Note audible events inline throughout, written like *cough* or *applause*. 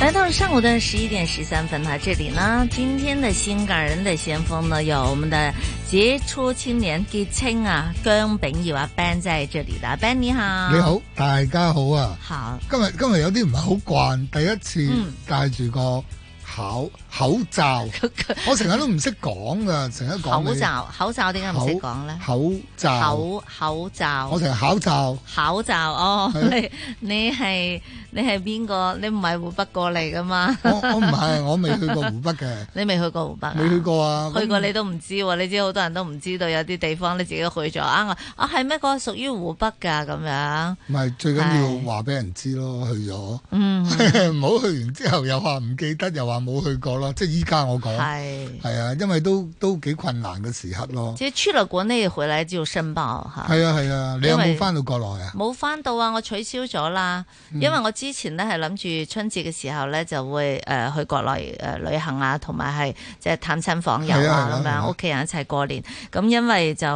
来到了上午的十一點十三分哈，這裡呢，今天的新港人的先鋒呢，有我們的傑出青年傑青啊，姜炳耀啊 Ben 在這裡的 Ben 你好，你好，大家好啊，好，今日今日有啲唔係好慣，第一次嗯戴住個口口 *laughs* 罩，我成日都唔識講噶，成日講口罩口罩點解唔識講咧？口罩口口罩，我成日口罩口罩哦，你你係。你係邊個？你唔係湖北過嚟噶嘛？我我唔係，我未去過湖北 *laughs* 嘅。你未去過湖北？未去過啊！去過你都唔知喎，你知好多人都唔知道有啲地方你自己去咗啊！啊係咩？個屬於湖北㗎咁樣。唔係最緊要話俾人知咯，去咗。嗯， *laughs* 唔好去完之後又話唔記得，又話冇去過咯。即係依家我講係係啊，因為都都幾困難嘅時刻咯。即係去了國內回來就申報嚇。係啊係啊，你有冇翻到國內啊？冇翻到啊！我取消咗啦，嗯因為我之前咧係諗住春節嘅時候咧就會誒、呃、去國內誒、呃、旅行啊，同埋係即係探親訪友係啊啊係咁啊係樣，啊屋企人一齊過年。咁因為就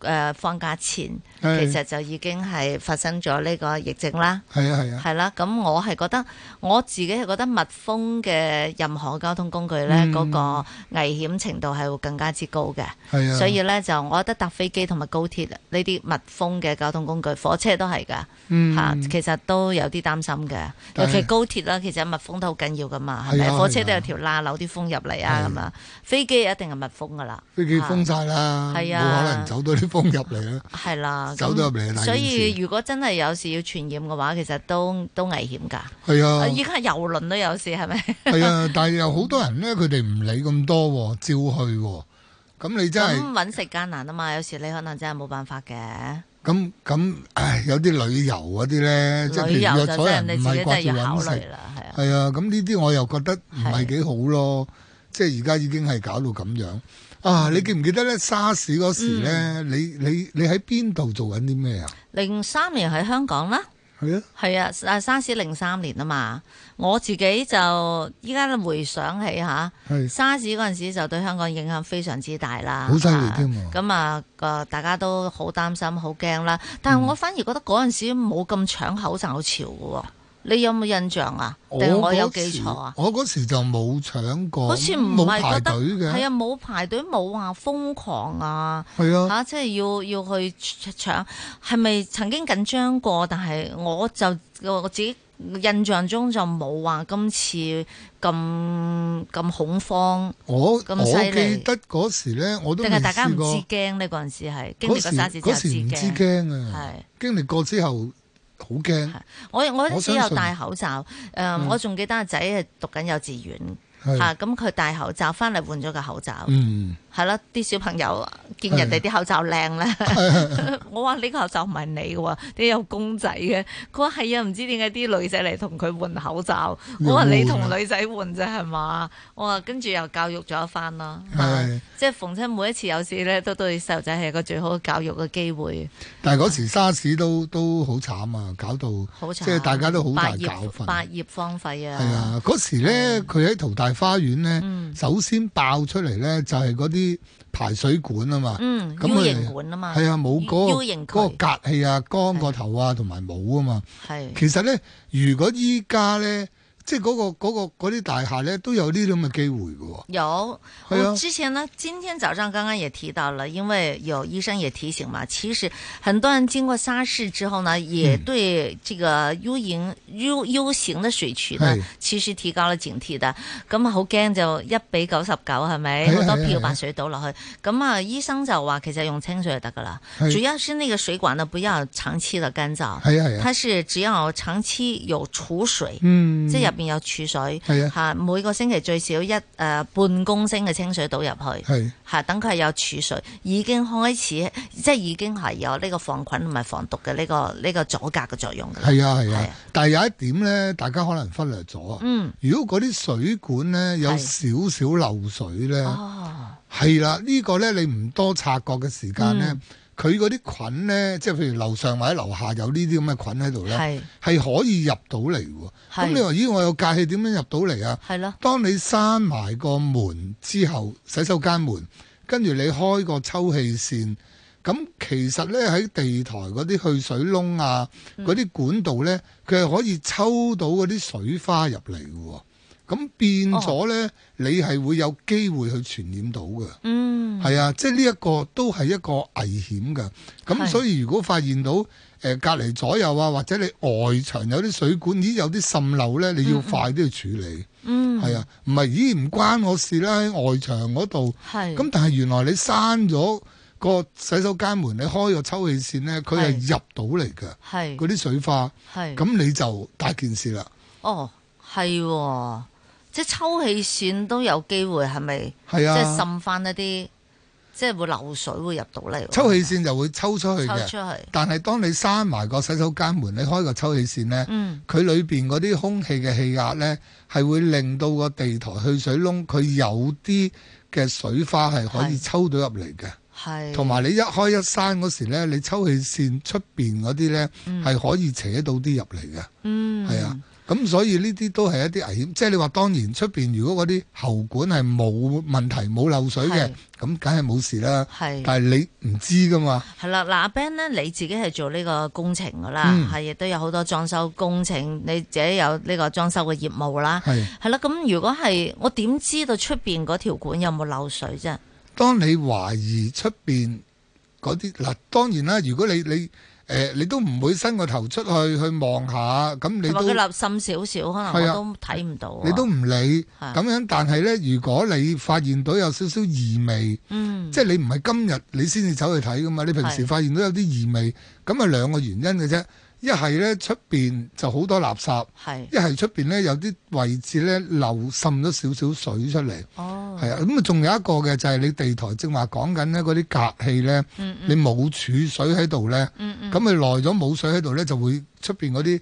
誒、呃放假前，係其實就已經係發生咗呢個疫症啦。係啊係啊，係啦，咁我係覺得我自己係覺得密封嘅任何交通工具咧，嗯嗰、個危險程度係會更加之高嘅。係啊。所以咧就我覺得搭飛機同埋高鐵呢啲密封嘅交通工具，火車都係㗎嗯嚇，其實都有啲擔心嘅。尤但係其高鐵啦，其實密封都好緊要噶嘛，係係咪？啊火車係啊都有條罅扭啲風入嚟啊係咁啊，飛機一定係密封噶啦，飛機封晒啦，係冇啊可能走到啲風入嚟啦。係啦。走咁得入嚟係大件事所以如果真係有事要傳染嘅話，其實都都危險㗎。*laughs* 係啊啊，依家郵輪都有事係咪？係啊，但係有好多人咧，佢哋唔理咁多喎，照去喎。咁你真係咁揾食艱難啊嘛，有時你可能真係冇辦法嘅。咁咁，唉，有啲旅遊嗰啲咧，即係旅譬遊如就約真咗係人你自唔己係真係掛住要考慮揾食，啦，係啊。係啊，咁呢啲我又覺得唔係幾好咯。即係而家已經係搞到咁樣嗯啊！你記唔記得咧？沙士嗰時咧，你你你喺邊度做緊啲咩啊？零三年喺香港啦。係啊，係啊，啊沙士零三年啊嘛，我自己就依家回想起吓，係沙士嗰陣時就對香港影響非常之大啦，嗯好犀利添喎啊咁啊，個大家都好擔心、好驚啦。但嗯係我反而覺得嗰陣時冇咁搶口罩潮嘅喎，你有冇印象啊？定係我有記錯啊？我嗰時就冇搶過，好似唔哦冇係排覺得隊嘅，係啊，冇排隊冇話瘋狂啊！係啊嚇、即係要要去搶，係咪曾經緊張過？但係我就我自己印象中就冇話今次咁咁恐慌，我我咁犀利記得嗰時咧，我都定未係大家唔試知過。驚呢？嗰陣時係經歷嗰過時沙士之嗰後知時唔知驚。驚啊，經歷過之後好驚，我我嗰我陣時相有信嗯戴口罩，誒、我仲記得阿仔係讀緊幼稚園嚇，係咁佢、戴口罩翻嚟換咗個口罩。嗯係啦，啲小朋友見人哋啲口罩靚 *laughs* 咧，我話呢個口罩唔係你嘅喎，你有公仔嘅。佢話係啊，唔知點解啲女仔嚟同佢換口罩。啊我話你同女仔換啫係嘛？我話跟住又教育咗一番啦，係。即係逢親每一次有事咧，都對細路仔係一個最好嘅教育嘅機會。但係嗰時沙士都都好慘啊，搞到好慘，即係大家都好百大業教訓。百業荒廢係啊！啊，嗰時咧，佢喺淘大花園咧，嗯首先爆出嚟咧就係嗰啲排水管啊嘛，嗯咁，U 佢型管啊嘛，係啊冇嗰 U 型個嗰渠個隔氣啊，乾個頭啊，同埋冇啊嘛。係其實咧，如果依家咧，即係嗰個嗰個嗰啲大廈咧，都有呢啲咁嘅機會嘅喎。有，係啊我之前呢，今天早上刚刚也提到了，因为有医生也提醒嘛，其实很多人经过沙士之后呢，也嗯对这个 U 型 U U 型的水渠呢係，其实提高了警惕的。咁啊，好驚就一比九十九係咪？係啊好多係啊漂係啊白水倒落去，咁啊，醫生就話其實用清水就得噶啦，係主要是那個水管呢不要長期的乾燥，係啊係啊，它是只要長期有儲水。嗯，即係入邊有儲水，係啊嚇每個星期最少一誒、呃半公升嘅清水倒入去，係嚇等佢係有儲水，已經開始即係已經係有呢個防菌同埋防毒嘅呢、個呢、個阻隔嘅作用㗎啦。係啊係係啊啊，但係有一點咧，大家可能忽略咗啊。嗯，如果嗰啲水管咧有少少漏水咧，哦，嗯係啦，呢個咧你唔多察覺嘅時間咧，佢嗰啲菌咧，即係譬如樓上或者樓下有呢啲咁嘅菌喺度咧，係係可以入到嚟喎。係咁你話咦，我有戒氣點樣入到嚟啊？係咯，當你閂埋個門之後，洗手間門，跟住你開個抽氣扇，咁其實呢，喺地台嗰啲去水窿啊，嗰啲管道呢，佢係可以抽到嗰啲水花入嚟嘅喎。咁變咗呢，你係會有機會去傳染到嘅。嗯，係啊，即係呢一個都係一個危險㗎。咁係所以如果發現到誒、呃隔離左右啊，或者你外牆有啲水管，咦有啲滲漏呢，你要快啲去處理。嗯，係啊，唔係咦唔關我事啦，喺外牆嗰度。係，咁但係原來你閂咗個洗手間門，你開個抽氣扇呢，佢係入到嚟㗎，係嗰啲水花。係咁你就大件事啦。哦，係喎，即係抽氣扇都有機會係咪？係即係啊，滲翻一啲，即係會漏水會入到嚟喎。抽氣扇就會抽出去抽嘅。出去，但係當你閂埋個洗手間門，你開個抽氣扇呢，嗯，佢裏邊嗰啲空氣嘅氣壓呢，係會令到個地台去水窿佢有啲嘅水花係可以係嗯抽到入嚟嘅。係。同埋你一開一閂嗰時咧，你抽氣扇出邊嗰啲咧係可以扯到啲入嚟嘅，嗯，係啊。咁所以呢啲都係一啲危險，即係你話當然出邊如果嗰啲喉管係冇問題冇漏水嘅係，咁梗係冇事啦。係但係你唔知噶嘛，係啦，嗱，阿 Ben 咧你自己係做呢個工程噶啦嗯，係亦都有好多裝修工程，你自己有呢個裝修嘅業務啦。係係啦，咁如果係我點知道出邊嗰條管有冇漏水啫？當你懷疑出邊嗰啲嗱，當然啦，如果你你誒、呃你都唔會伸個頭出去去望下，咁你同埋都佢漏滲少少，可能係啊我都睇唔到啊。你都唔理係咁樣。但係呢，如果你發現到有少少異味。嗯，即係你唔係今日你先至走去睇噶嘛，你平時係發現到有啲異味，咁啊兩個原因嘅啫。一係呢出邊就好多垃圾，係一係出邊呢有啲位置呢漏滲咗少少水出嚟，哦，係啊。咁啊仲有一個嘅就係你地台正話講緊呢嗰啲隔氣呢，嗯嗯你冇儲水喺度呢，嗯嗯，咁佢耐咗冇水喺度呢，就會出邊嗰啲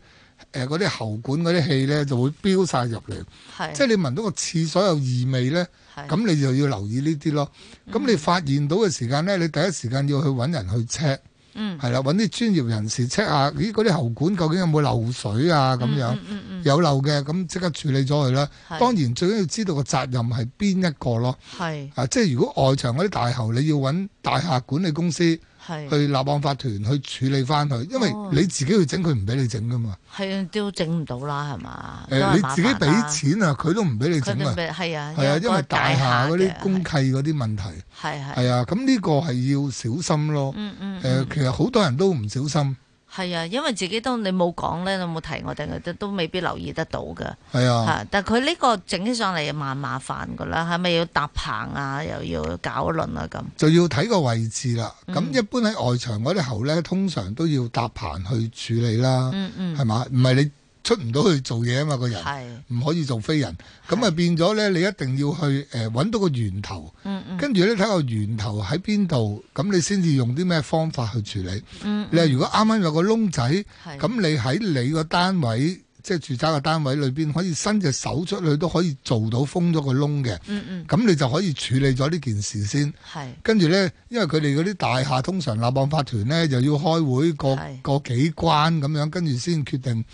誒嗰啲喉管嗰啲氣呢就會飆晒入嚟，係即係你聞到個廁所有異味呢。係嗯咁你就要留意呢啲咯。咁你發現到嘅時間呢，你第一時間要去揾人去 check，嗯係啦，揾啲專業人士 check 下，咦嗰啲喉管究竟有冇漏水啊？咁樣嗯嗯嗯有漏嘅，咁即刻處理咗佢啦。係當然最緊要知道個責任係邊一個咯。係啊，即係如果外牆嗰啲大喉，你要揾大廈管理公司係去立案法團去處理翻佢，因為嗯哦你自己去整佢唔俾你整噶嘛。係都整唔到啦，係嘛？誒、都係你麻自己煩俾啦錢啊，佢都唔俾你佢整哋啊。咪係啊，係啊，因為大廈嗰啲公工契嗰啲問題。係係係啊，咁呢個係要小心咯。誒、嗯嗯嗯其實好多人都唔小心，係啊，因為自己都你冇講咧，你冇提我哋，我哋都未必留意得到嘅係啊，嚇。但佢呢個整起上嚟又麻麻煩噶啦，係咪要搭棚啊，又要搞一輪啊咁？就要睇個位置啦。嗯咁、一般喺外牆嗰啲喉咧，通常都要搭棚去處理啦，嗯係嗯，嘛、唔係你出唔到去做嘢啊嘛，個人係唔可以做飛人，咁啊係變咗咧，你一定要去誒揾、到個源頭，嗯嗯跟住咧睇個源頭喺邊度，咁你先至用啲咩方法去處理。嗯，你話如果啱啱有個窿仔。係咁你喺你個單位，即係住宅嘅單位裏邊，可以伸隻手出去都可以做到封咗個窿嘅，嗯嗯咁你就可以處理咗呢件事先。係跟住呢，因為佢哋嗰啲大廈通常立案法團呢，就要開會個係個幾關咁樣，跟住先決定誒、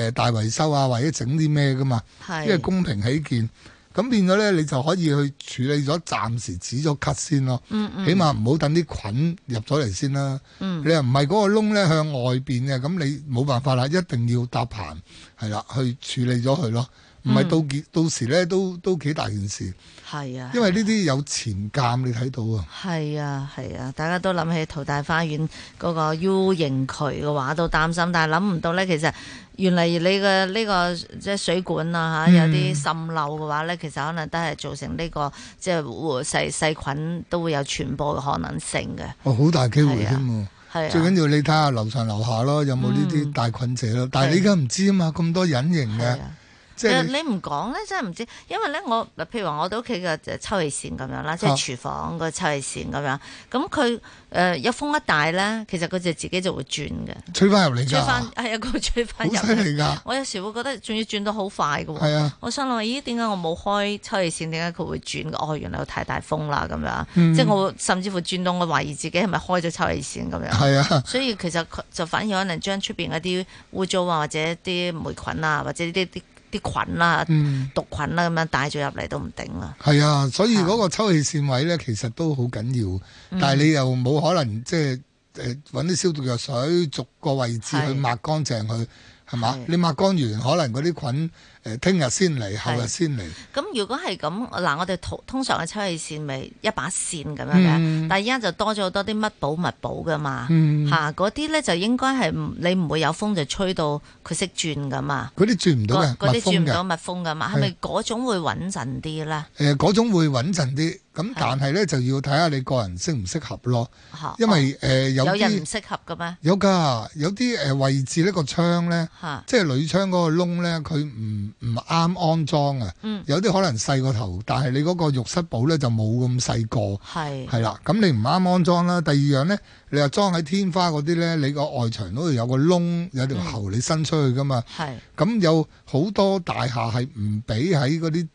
呃大維修啊，或者整啲咩噶嘛，因為係公平起見。咁變咗呢，你就可以去處理咗，暫時止咗咳先咯。嗯嗯起碼唔好等啲菌入咗嚟先啦。嗯你又唔係嗰個窿咧向外邊嘅，咁你冇辦法啦，一定要搭棚係啦，去處理咗佢咯。唔係到結到時咧都都幾大件事，係啊，因為呢啲有前鑑你睇到啊。係啊，係啊，大家都諗起淘大花園嗰個 U 型渠嘅話都擔心，但係諗唔到呢，其實原嚟你嘅呢、個即係水管啊嗯嚇，有啲滲漏嘅話呢，其實可能都係造成呢、個即係會細細菌都會有傳播嘅可能性嘅，哦，好大機會添喎！係啊，最緊要你睇嗯下樓上樓下咯，有冇呢啲大菌者咯。但係你而家唔知啊嘛，咁多隱形嗯係嘅，啊，即係你唔講咧，真係唔知，因為咧我嗱，譬如話我哋屋企嘅就抽氣扇咁樣啦，即係啊廚房個抽氣扇咁樣，咁佢誒有風一大咧，其實佢就自己就會轉嘅，吹翻入嚟吹翻㗎，係啊， *laughs* 佢吹翻入好犀嚟。利㗎，我有時會覺得仲要轉到好快嘅喎。係啊，我想諗，咦？點解我冇開抽氣扇？點解佢會轉嘅？哦，原來有太大風啦，咁樣，嗯即係我甚至乎轉到我懷疑自己係咪開咗抽氣扇咁樣。係啊，所以其實佢就反而可能將出邊嗰啲污糟啊，或者啲霉菌啊，或者啲啲啲菌啦、嗯。毒菌啊啦咁樣帶咗入嚟都唔定啦。係啊，所以嗰個抽氣扇位咧，其實都好緊要，嗯但係你又冇可能即係誒揾啲消毒藥水逐個位置去係抹乾淨佢，係嘛係？你抹乾完，可能嗰啲菌誒聽日先嚟，後日先嚟，咁如果係咁，嗱，我哋通通常嘅抽氣扇咪一把扇咁樣嘅，嗯但係而家就多咗好多啲乜寶物寶噶嘛。嗯，吓嗰啲咧就應該係唔你唔會有風就吹到佢識轉噶嘛，嗰啲轉唔到嗰嘅，嗰密啲轉封唔到嘅，蜜蜂噶嘛，係係咪嗰種會穩陣啲咧？誒嗰種會穩陣啲，咁但係咧就要睇下你個人適唔適合咯，吓，因為誒有哦有人唔啲適合嘅咩？有㗎，有啲誒位置呢個窗咧。吓，即係鋁窗嗰個窿咧，佢唔唔啱安裝啊。嗯有啲可能細個頭，但係你嗰個浴室寶咧就冇咁細個，係係啦。咁你唔啱安裝啦。第二樣咧，你又裝喺天花嗰啲咧，你個外牆嗰度有個窿，有條喉你伸出去噶嘛。係咁、有好多大廈係唔俾喺嗰啲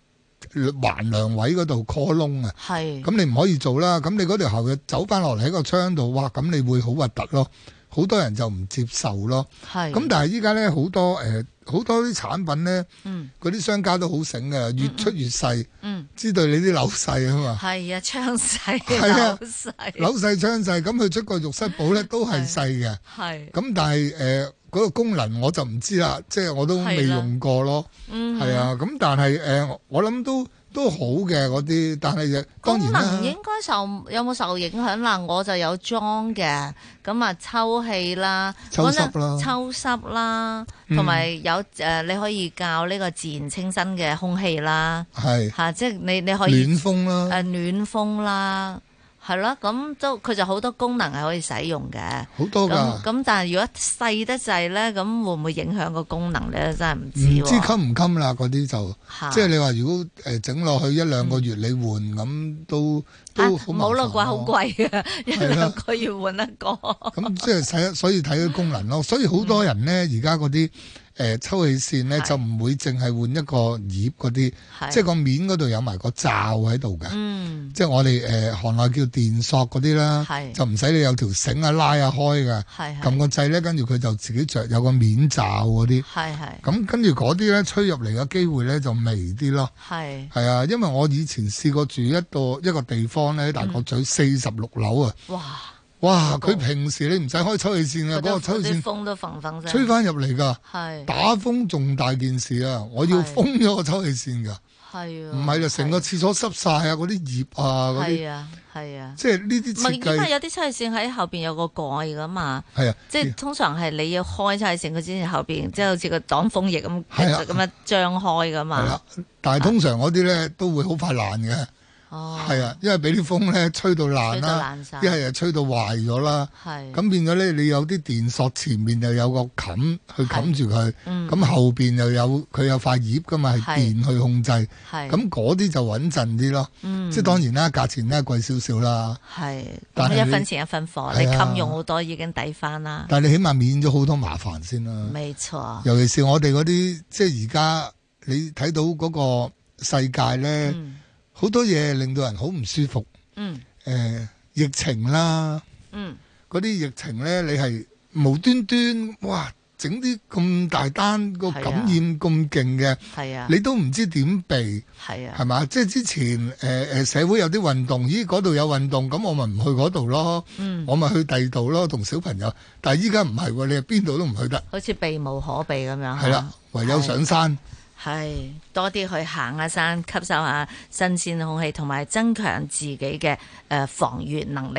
橫梁位嗰度 call 窿啊。係咁你唔可以做啦。咁你嗰條喉就走翻落嚟喺個窗度，哇！咁你會好核突咯。好多人就唔接受咯。係咁但係依家咧好多誒好、多啲產品咧，嗯嗰啲商家都好醒嘅，越出越細，嗯知道你啲樓細 *laughs* 啊嘛，係啊，窗細係啊樓細樓細窗細，咁佢出個浴室寶咧都係細嘅。係咁但係誒嗰個功能我就唔知啦，即係我都未係啦用過咯，嗯係啊。咁但係誒、呃我諗都都好嘅嗰啲，但係就當功然能啦應，該受有冇受影響啦？我就有裝嘅，咁啊抽氣啦，抽濕啦可能抽濕啦，嗯同埋有誒、呃你可以教呢個自然清新嘅空氣啦，係嚇、即係你你可以嗯暖風誒、啦，呃暖風啦，係啦，咁都佢就好多功能係可以使用嘅。好多咁㗎。咁，但係如果細得滯咧，咁會唔會影響個功能咧？真係唔知唔知喎。襟唔襟啦，嗰啲就嚇即係你話如果誒整落去一兩個月你換咁都啊都好麻冇啦煩咯啩，好貴啊！ *laughs* 一係啦兩個月換一個。咁即係睇，所以睇佢功能咯。所以好多人咧，而家嗰啲誒抽氣扇咧，係就唔會淨係換一個葉嗰啲，嗯係即係個面嗰度有埋個罩喺度嘅。嗯，即係我哋誒、呃、行內叫電索嗰啲啦係，就唔使你有條繩啊拉啊開㗎，係係撳個掣咧，跟住佢就自己着有個面罩嗰啲。係係咁跟住嗰啲咧吹入嚟嘅機會咧就微啲咯。係，係啊，因為我以前試過住一個一個地方咧，嗯大角咀四十六樓啊，哇！哇！佢平時你唔使開抽氣扇啊，哦嗰嗰個啲抽氣扇啲。風都揈揈聲，吹翻入嚟噶，係打風仲大件事啊！我要係封咗個抽氣扇噶，係啊，唔係就成個廁所濕晒啊！嗰啲葉啊，嗰啲係啊係啊，即係呢啲唔係因設為計有啲抽氣扇喺後邊有個蓋噶嘛，係啊，即係通常係你要開抽氣扇，佢先至後邊即係好似個擋風翼咁係啊咁樣張開噶係嘛啦，。啊但係通常嗰啲咧都會好快爛嘅，哦，係啊，因為俾啲風咧吹到爛吹到啦，爛啊晒，一係就吹到壞咗啦。係咁變咗咧，你有啲電索前面又有個冚去冚住佢，嗯咁後邊又有佢有塊葉噶嘛，係係電去控制。係咁嗰啲就穩陣啲咯。嗯即係當然啦，價錢咧貴少少啦。係但係咁啊你一分錢一分貨，係你啊襟用好多已經抵翻啦，但係你起碼免咗好多麻煩先啦。冇錯，尤其是我哋嗰啲，即係而家你睇到嗰個世界咧，嗯好、多嘢令到人好唔舒服。嗯誒、疫情啦，嗯嗰啲疫情咧，你係無端端哇，整啲咁大單個係啊感染咁勁嘅，係啊你都唔知點避係啊係嘛？即係之前誒誒、呃社會有啲運動，咦嗰度有運動，咁我咪唔去嗰度咯，嗯。我咪去第二度咯，同小朋友。但係依家唔係喎，你係邊度都唔去得。好似避無可避咁樣。係啦，唯有上山。嚇，係多啲去行下山，吸收下新鮮空氣，同埋增強自己嘅誒防禦能力。